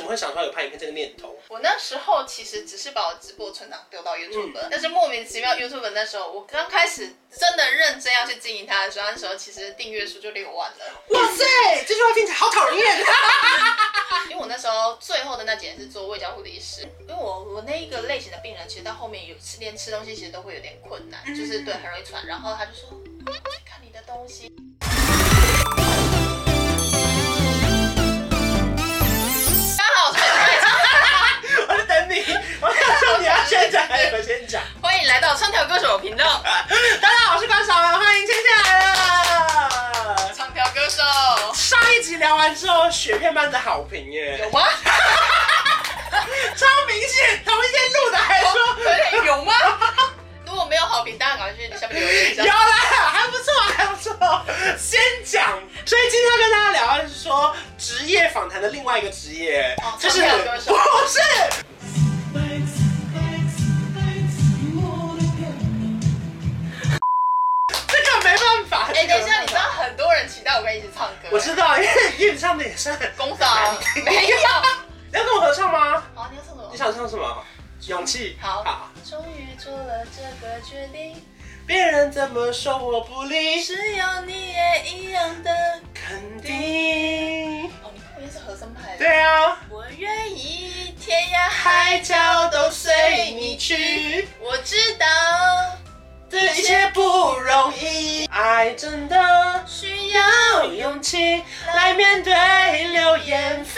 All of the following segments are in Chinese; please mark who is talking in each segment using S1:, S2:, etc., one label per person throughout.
S1: 么会想出来有拍影片这个念头？
S2: 我那时候其实只是把我直播存档丢到 YouTube，、但是莫名其妙 YouTube 那时候我刚开始真的认真要去经营它的时候，那时候其实订阅数就六万了，
S1: 哇塞，这句话听起来好讨人厌。
S2: 因为我那时候最后的那几年是做胃交护理师，因为我我那一个类型的病人，其实到后面有吃连吃东西其实都会有点困难，就是对很容易喘，然后他就说去看你的东西，大家好，我是美国队 长
S1: 我在等你，我想说你要先讲还是我先讲？
S2: 欢迎来到唱跳歌手频道。
S1: 大家好，我是关少文，欢迎接下来了。
S2: 唱跳歌手
S1: 上一集聊完之后，雪片般的好评耶
S2: 有，吗？
S1: 超明显，同一天录的还说
S2: 有吗？ 如果没有好评，大家赶快去下面留言一
S1: 有
S2: 下。
S1: 啦，还不错，还不错。先讲，所以今天要跟大家聊的是说职业访谈的另外一个职业
S2: 哦，
S1: 就是
S2: 唱跳歌手
S1: 不是。这个没办法。
S2: 哎、等一下，你
S1: 这个没办法
S2: 知道很多人期待我跟你一起唱歌，
S1: 我知道，因为因为你唱的也是很。
S2: 公嫂没有。
S1: 你要跟我合唱吗？
S2: 好，你要唱什么
S1: 啊你？想唱什么？勇气。
S2: 好终于做了这个决定，
S1: 别人怎么说我不理，
S2: 只有你也一样的。
S1: 肯定。
S2: 哦，你后面是和声派的。。
S1: 对啊，
S2: 我愿意天涯海
S1: 海
S2: 角，
S1: 角都随你去，
S2: 我知道
S1: 这一切不容易。爱真的
S2: 需要
S1: 要有勇气来面对流言蜚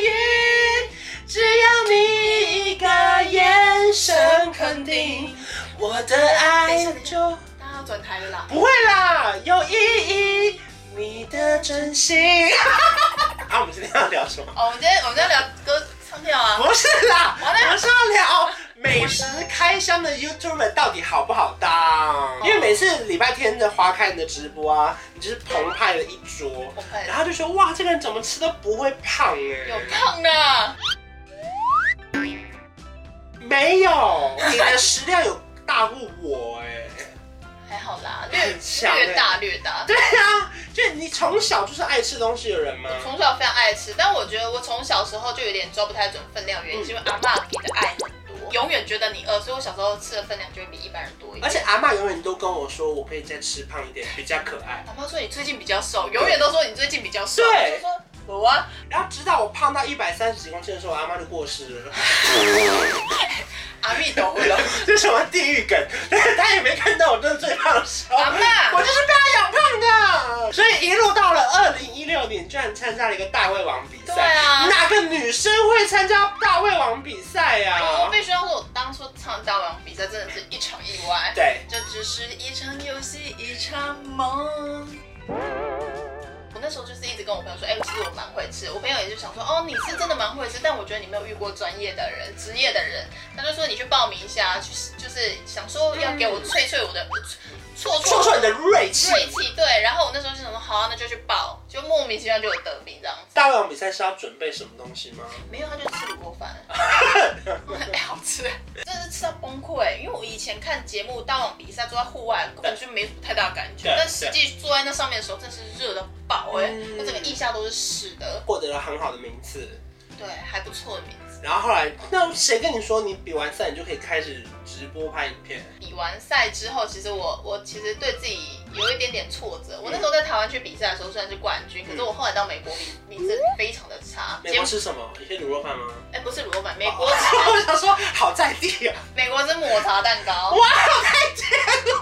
S1: 语，只要你一个眼神肯定，我的爱就。
S2: 大家要转台了啦。
S1: 不会啦，有意义，你的真心。 啊，我们今天要聊什么？
S2: 哦，我们今天我们今天聊歌唱跳啊。
S1: 不是啦，
S2: 完了
S1: 我是要聊美食开箱的 YouTuber 到底好不好当？因为每次礼拜天的花看的直播啊，你就是澎湃了一桌，
S2: 我看
S1: 然后就说哇，这个人怎么吃都不会胖哎、
S2: 有胖啊。
S1: 没有，你的食量有大过我哎、
S2: 还好啦，略
S1: 很强欸
S2: 略大略大。
S1: 对啊，就你从小就是爱吃东西的人吗？
S2: 从小非常爱吃，但我觉得我从小时候就有点抓不太准分量，
S1: 嗯
S2: 原因是因为阿妈给的爱很多，永远觉得你饿，所以我小时候吃的分量就会比一般人多一
S1: 而
S2: 点。
S1: 且阿嬷永远都跟我说，我可以再吃胖一点，比较可爱。
S2: 阿妈说你最近比较瘦，永远都说你最近比较瘦。
S1: 对
S2: 我就说我啊，
S1: 然后直到我胖到一百三十几公斤的时候，我阿妈就过世了。
S2: 阿密懂 了。
S1: 这什么地狱梗？ 她也没看到我真的最胖的时候。
S2: 阿嬷
S1: 我就是被她养胖的。所以一路到了二零一六年，居然参加了一个大胃王比赛。
S2: 对啊
S1: 哪个女生会参加大胃王比赛呀、
S2: 我
S1: 啊？
S2: 必须要说，我当初唱大王比赛真的是一场意外。
S1: 对，
S2: 这只是一场游戏，一场梦。我那时候就是一直跟我朋友说，哎、其实我蛮会吃。我朋友也就想说，哦，你是真的蛮会吃，但我觉得你没有遇过专业的人、职业的人。他就说你去报名一下，去就是想说要给我淬淬我的挫
S1: 说说你的锐气。
S2: 锐气。对，然后我那时候就想说，好、啊，那就去报，就莫名其妙就有得名这样子。
S1: 大胃王比赛是要准备什么东西吗？
S2: 没有，他就吃卤肉 饭，哎，好吃，真的是吃到崩溃。因为我以前看节目大网比赛坐在户外，根本就没什么太大的感觉
S1: 对，
S2: 但实际坐在那上面的时候，真是热到爆哎、
S1: 嗯
S2: 我整个腋下都是湿的。
S1: 获得了很好的名次。
S2: 对，还不错的名字。
S1: 然后后来，那谁跟你说你比完赛你就可以开始直播拍影片？
S2: 比完赛之后，其实我我其实对自己有一点点挫
S1: 嗯
S2: 折。我那时候在台湾去比赛的时候虽然是冠军，可是我后来到美国比名次非常的差。
S1: 美国哦吃什么？一些卤肉饭吗？
S2: 哎、不是卤肉饭，美国是
S1: 我想说，好在地啊！
S2: 美国是抹茶蛋糕，
S1: 哇，好在地！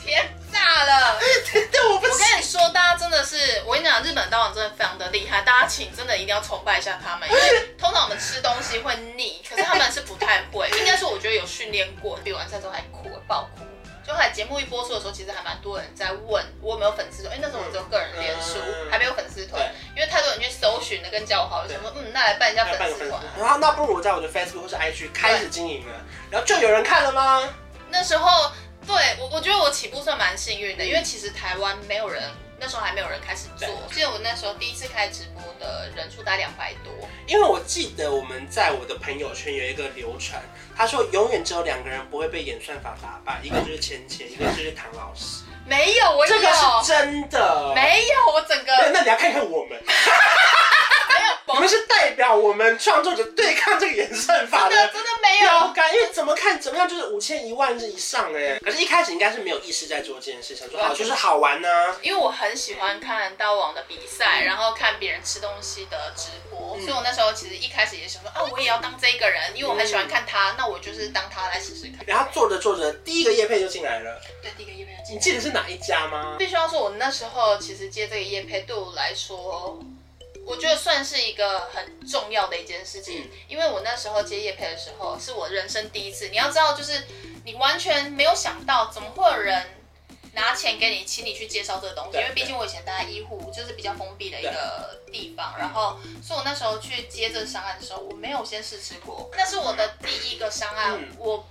S2: 天炸了！
S1: 对，我不
S2: 我
S1: 行。
S2: 跟你说，大家真的是，我跟你讲，日本导演真的非常的厉害，大家请真的一定要崇拜一下他们，因为通常我们吃东西会腻， 可是他们是不太会，应该说我觉得有训练过，比完赛之后还哭，爆哭。就后来节目一播出的时候，其实还蛮多人在问我有没有粉丝说，哎、那时候我只有个人脸书，
S1: 嗯
S2: 还没有粉丝团
S1: 对，
S2: 因为太多人去搜寻了跟叫好了，想说嗯，那来办一下
S1: 来办
S2: 粉
S1: 个
S2: 丝
S1: 粉丝
S2: 团。
S1: 然后那不如我在我的 Facebook 或是 IG 开始经营了，然后就有人看了吗？
S2: 那时候对我，我觉得我起步算蛮幸运的，因为其实台湾没有人，那时候还没有人开始做
S1: 对。
S2: 记得我那时候第一次开直播的人数大概两百多，
S1: 因为我记得我们在我的朋友圈有一个流传，他说永远只有两个人不会被演算法打败，一个就是芊芊，一个就是唐老师，
S2: 没有我有，
S1: 这个是真的。
S2: 没有我整个
S1: 对，那你要看看我们，
S2: 没有
S1: 你们是代表我们创作者对抗这个演算法
S2: 真的
S1: 的
S2: 真的没
S1: 标
S2: 有。
S1: 杆，因为怎么看怎么样就是五千一万以上哎。可是，一开始应该是没有意识在做这件事，想说
S2: 啊
S1: 好就是好玩啊呢、
S2: 因为我很喜欢看刀网的比赛，然后看别人吃东西的直播，所以我那时候其实一开始也想说啊，我也要当这个人，因为我很喜欢看他，那我就是当他来试试看。
S1: 然后做着做着，第一个叶配就进来了。
S2: 对，第一个叶佩
S1: 你记得是哪一家吗？
S2: 必须要说，我那时候其实接这个叶配对我来说，我觉得算是一个很重要的一件事情，
S1: 嗯
S2: 因为我那时候接叶配的时候，是我人生第一次。你要知道，就是你完全没有想到，怎么会有人拿钱给你，请你去介绍这个东西？
S1: 对
S2: 因为毕竟我以前待在医护，就是比较封闭的一个地方，然后，所以我那时候去接这个商案的时候，我没有先试吃过，那是我的第一个商案，
S1: 嗯
S2: 我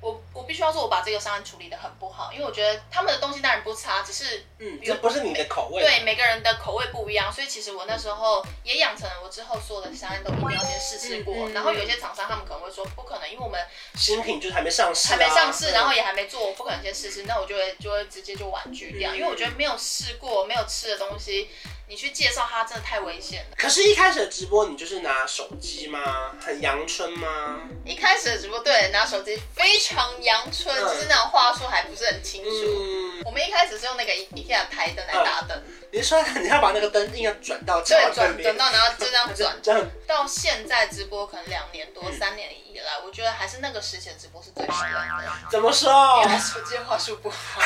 S2: 我我必须要说，我把这个商案处理的很不好，因为我觉得他们的东西当然不差，只是
S1: 嗯，这不是你的口味。
S2: 对每个人的口味不一样，所以其实我那时候也养成了我之后所有的商案都一定要先试吃过。
S1: 嗯嗯
S2: 然后有一些厂商他们可能会说不可能，因为我们
S1: 新品就是还没上市、啊，
S2: 还没上市，
S1: 对
S2: 然后也还没做，我不可能先试吃，那我就会就会直接就婉拒掉，
S1: 嗯
S2: 因为我觉得没有试过、没有吃的东西，你去介绍它真的太危险了。
S1: 可是，一开始的直播你就是拿手机吗？很阳春吗？
S2: 一开始的直播对拿手机非常阳春，
S1: 嗯
S2: 就是那种话术还不是很清楚。
S1: 嗯，
S2: 我们一开始是用那个 IKEA 台灯来打灯，
S1: 你是说 你要把那个灯硬要转到
S2: 嗯对，
S1: 墙那
S2: 转转
S1: 边，
S2: 到然后就这样转。
S1: 这样
S2: 到现在直播可能两年多、
S1: 嗯
S2: 三年以来，我觉得还是那个时期的直播是最漂亮的，
S1: 怎么说
S2: 因？为手机话术不好。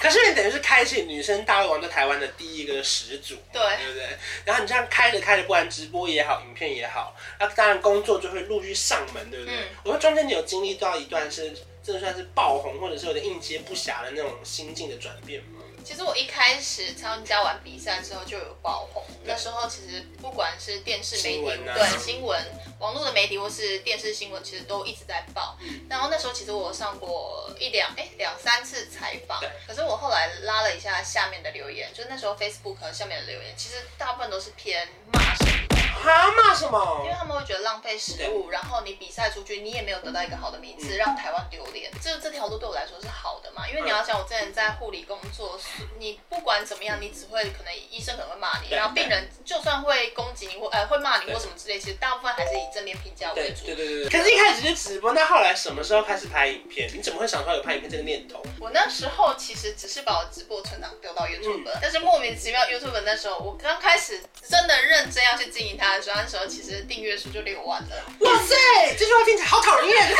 S1: 可是你等于是开启女生大胃王在台湾的第一个始祖嘛，
S2: 对
S1: 对不对？然后你这样开着开着，不管直播也好，影片也好，那当然工作就会陆续上门，对不对？
S2: 嗯
S1: 我说中间你有经历到一段是真的算是爆红，或者是有点应接不暇的那种心境的转变吗？
S2: 其实我一开始参加完比赛之后就有爆红，
S1: 对
S2: 那时候其实不管是电视媒
S1: 新
S2: 体、
S1: 闻啊
S2: 对新闻、网络的媒体或是电视新闻，其实都一直在报。
S1: 嗯
S2: 然后那时候其实我上过一两哎两三次采访
S1: 对，
S2: 可是我后来拉了一下下面的留言，就是那时候 Facebook 下面的留言，其实大部分都是偏骂声的。
S1: 蛤骂什
S2: 因为
S1: 么？
S2: 他们会觉得浪费食物，然后你比赛出去，你也没有得到一个好的名
S1: 嗯
S2: 次，让台湾丢脸。这这条路对我来说是好的嘛？因为你要想，我之前在护理工作，你不管怎么样，你只会可能医生可能会骂你，
S1: 对
S2: 然后病人就算会攻击你或呃会骂你
S1: 对
S2: 或什么之类，其实大部分还是以正面评价为
S1: 对
S2: 主
S1: 对。对对对。可是一开始是直播，那后来什么时候开始拍影片？你怎么会想到有拍影片这个念头？
S2: 我那时候其实只是把我直播存档丢
S1: 嗯
S2: 到 YouTube，、但是莫名其妙 YouTube 那时候我刚开始真的认真要去经营它的时候，那时候其实订阅数就六万了。
S1: 哇塞，这句话听起来好讨人厌。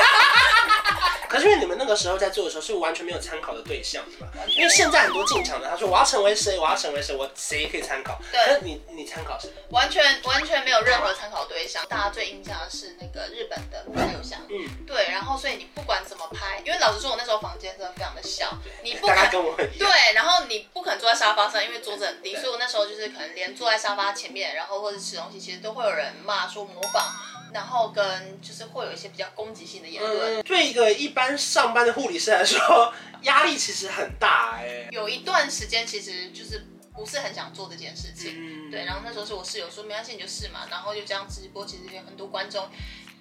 S1: 可是因为你们那个时候在做的时候是完全没有参考的对象的嘛，因为现在很多进场的，他说我要成为谁，我要成为谁，我谁可以参考？
S2: 对
S1: 可是你你参考谁？
S2: 完全完全没有任何参考对象。大家最印象的是那个日本的木有香，
S1: 嗯，
S2: 对，然后所以你不管怎么拍，因为老实说，我那时候房间真的非常的小，你不
S1: 大
S2: 可
S1: 概跟我一样。
S2: 对，然后你不可能坐在沙发上，因为桌子很低，
S1: 对
S2: 所以我那时候就是可能连坐在沙发前面，然后或者吃东西，其实都会有人骂说模仿，然后跟就是会有一些比较攻击性的言论。
S1: 嗯，对一个一般上班的护理师来说，压力其实很大哎、
S2: 有一段时间其实就是不是很想做这件事情，
S1: 嗯，
S2: 对，然后那时候是我室友说没关系你就试嘛，然后就这样直播，其实有很多观众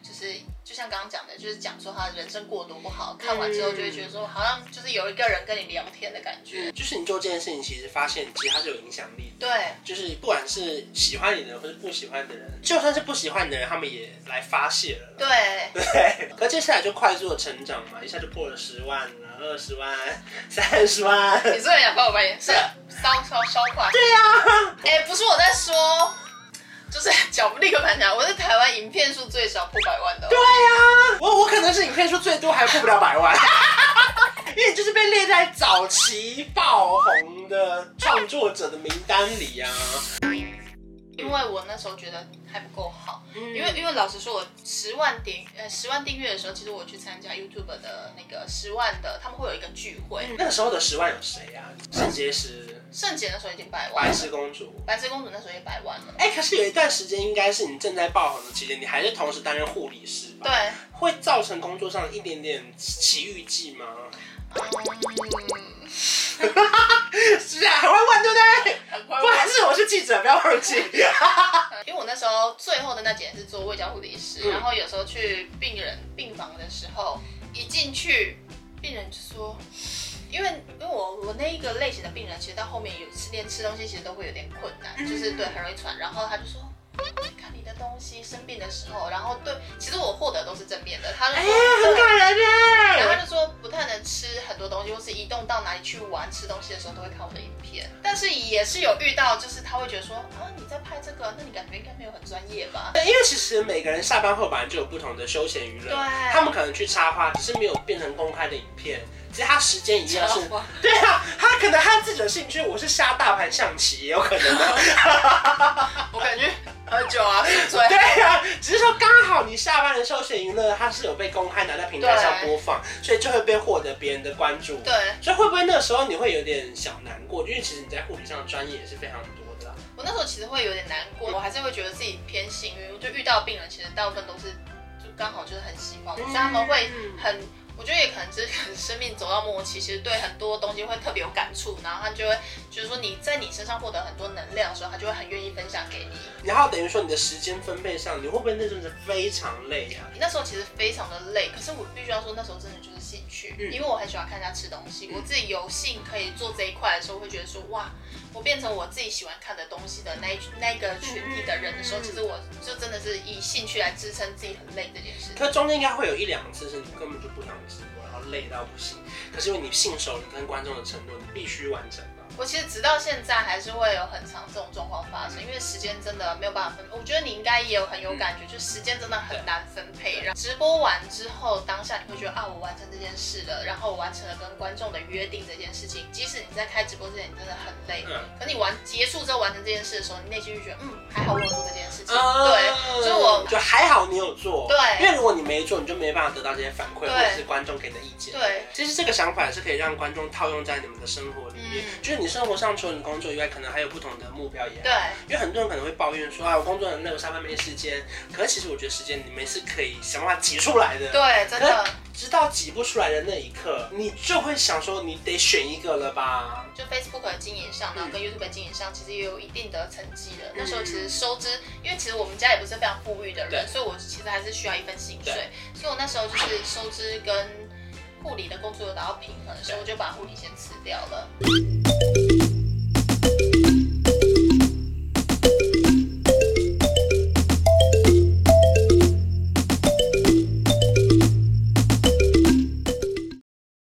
S2: 就是就像刚刚讲的，就是讲说他人生过得多不好，看完之后就会觉得说好像就是有一个人跟你聊天的感觉。
S1: 就是你做这件事情，其实发现其实它是有影响力的。
S2: 对，
S1: 就是不管是喜欢你的人或是不喜欢的人，就算是不喜欢你的人，他们也来发泄了。
S2: 对，
S1: 对，可接下来就快速的成长嘛，一下就破了十万了，二十万、三十万。
S2: 你这人想把我把颜色烧烧烧坏？对呀、
S1: 啊
S2: 哎、不是我在说，就是 脚不立刻盘起来，我是台湾影片数最少破百万的哦。
S1: 对啊呀、我我可能是影片数最多，还破不了百万， 因为你就是被列在早期爆红的创作者的名单里啊。
S2: 因为我那时候觉得还不够好，
S1: 嗯
S2: 因为因为老实说，我十万订呃十万订阅的时候，其实我去参加 YouTube 的那个十万的，他们会有一个聚会。
S1: 那个时候的十万有谁啊？肾结石、
S2: 圣姐那时候已经百万
S1: 白
S2: 了，
S1: 石公主。
S2: 白雪公主那时候也百万了。
S1: 哎、可是有一段时间，应该是你正在爆红的期间，你还是同时担任护理师吧？
S2: 对，
S1: 会造成工作上一点点奇遇记吗？
S2: 嗯，
S1: 是啊，很会问，对不对？
S2: 很快
S1: 不然是我是记者，不要忘记。
S2: 因为我那时候最后的那几年是做卫教护理师，
S1: 嗯
S2: 然后有时候去病人病房的时候，一进去，病人就说，因因为因为我我那一个类型的病人，其实到后面有吃连吃东西其实都会有点困难，就是
S1: 嗯
S2: 对很容易喘。然后他就说，你看你的东西生病的时候，然后对，其实我获得都是正面的。他 就
S1: 哎、
S2: 说，
S1: 很
S2: 对。
S1: 感人哎、
S2: 然后他就说不太能吃很多东西，或是移动到哪里去玩吃东西的时候都会看我的影片，但是也是有遇到，就是他会觉得说啊你在拍这个，那你感觉应该没有很专业吧？
S1: 因为其实每个人下班后本来就有不同的休闲娱乐，
S2: 对
S1: 他们可能去插花，只是没有变成公开的影片，其实他时间一样是
S2: 插花，
S1: 对啊，他可能他自己的兴趣，我是下大盘象棋也有可能的，
S2: 我感觉喝酒啊，宿醉
S1: 对啊，只是说刚好你下班的休闲娱乐，它是有被公开拿在平台上播放，所以就会被获得别人的关注，
S2: 对，
S1: 所以会不会那时候你会有点小难过？因为其实你在护理上的专业也是非常多的啊、
S2: 我那时候其实会有点难过，我还是会觉得自己偏幸运，我就遇到病人，其实大部分都是就刚好就是很喜欢我，所以他们会
S1: 嗯
S2: 很，我觉得也可能就是可能生命走到末期，其实对很多东西会特别有感触，然后他就会就是说你在你身上获得很多能量的时候，他就会很愿意分享给你。
S1: 然后等于说你的时间分配上，你会不会那阵子非常累啊？
S2: 那时候其实非常的累，可是我必须要说，那时候真的就是兴趣，
S1: 嗯
S2: 因为我很喜欢看人家吃东西。我自己有幸可以做这一块的时候，会觉得说，哇，我变成我自己喜欢看的东西的那一那一个群体的人的时候，
S1: 嗯
S2: 其实我就真的是以兴趣来支撑自己很累这件事。
S1: 可中间应该会有一两次是你根本就不想直播，然后累到不行。可是因为你信守你跟观众的承诺，你必须完成嘛。
S2: 我其实直到现在还是会有很长这种状况发生，因为时间真的没有办法分配。我觉得你应该也有
S1: 嗯
S2: 很有感觉，就时间真的很难分配。然后直播完之后，当下你会觉得啊，我完成这件事了，然后我完成了跟观众的约定这件事情。即使你在开直播之前你真的很累，
S1: 嗯，
S2: 可你完结束之后完成这件事的时候，你内心就觉得嗯，还好我有做这件事情。
S1: 嗯
S2: 对，所以我
S1: 就还好你有做，
S2: 对
S1: 因为如果你没做，你就没办法得到这些反馈或
S2: 对
S1: 者是观众给的意见。
S2: 对
S1: 其实这个想法是可以让观众套用在你们的生活里面，
S2: 嗯
S1: 就是你生活上除了你工作以外，可能还有不同的目标也好。
S2: 对
S1: 因为很多人可能会抱怨说啊，我工作很累，我上班没时间。可是其实我觉得时间你们是可以想办法挤出来的。
S2: 对，真的
S1: 直到挤不出来的那一刻，你就会想说，你得选一个了吧？
S2: 就 Facebook 的经营上，然后跟 YouTube 的经营上，其实也有一定的成绩了。那时候
S1: 嗯
S2: 其实收支，因为其实我们家也不是非常富裕的
S1: 对
S2: 人，所以我其实还是需要一份薪水
S1: 对。
S2: 所以我那时候就是收支跟护理的工作有达到平衡的时候，我就把护理先辞掉了。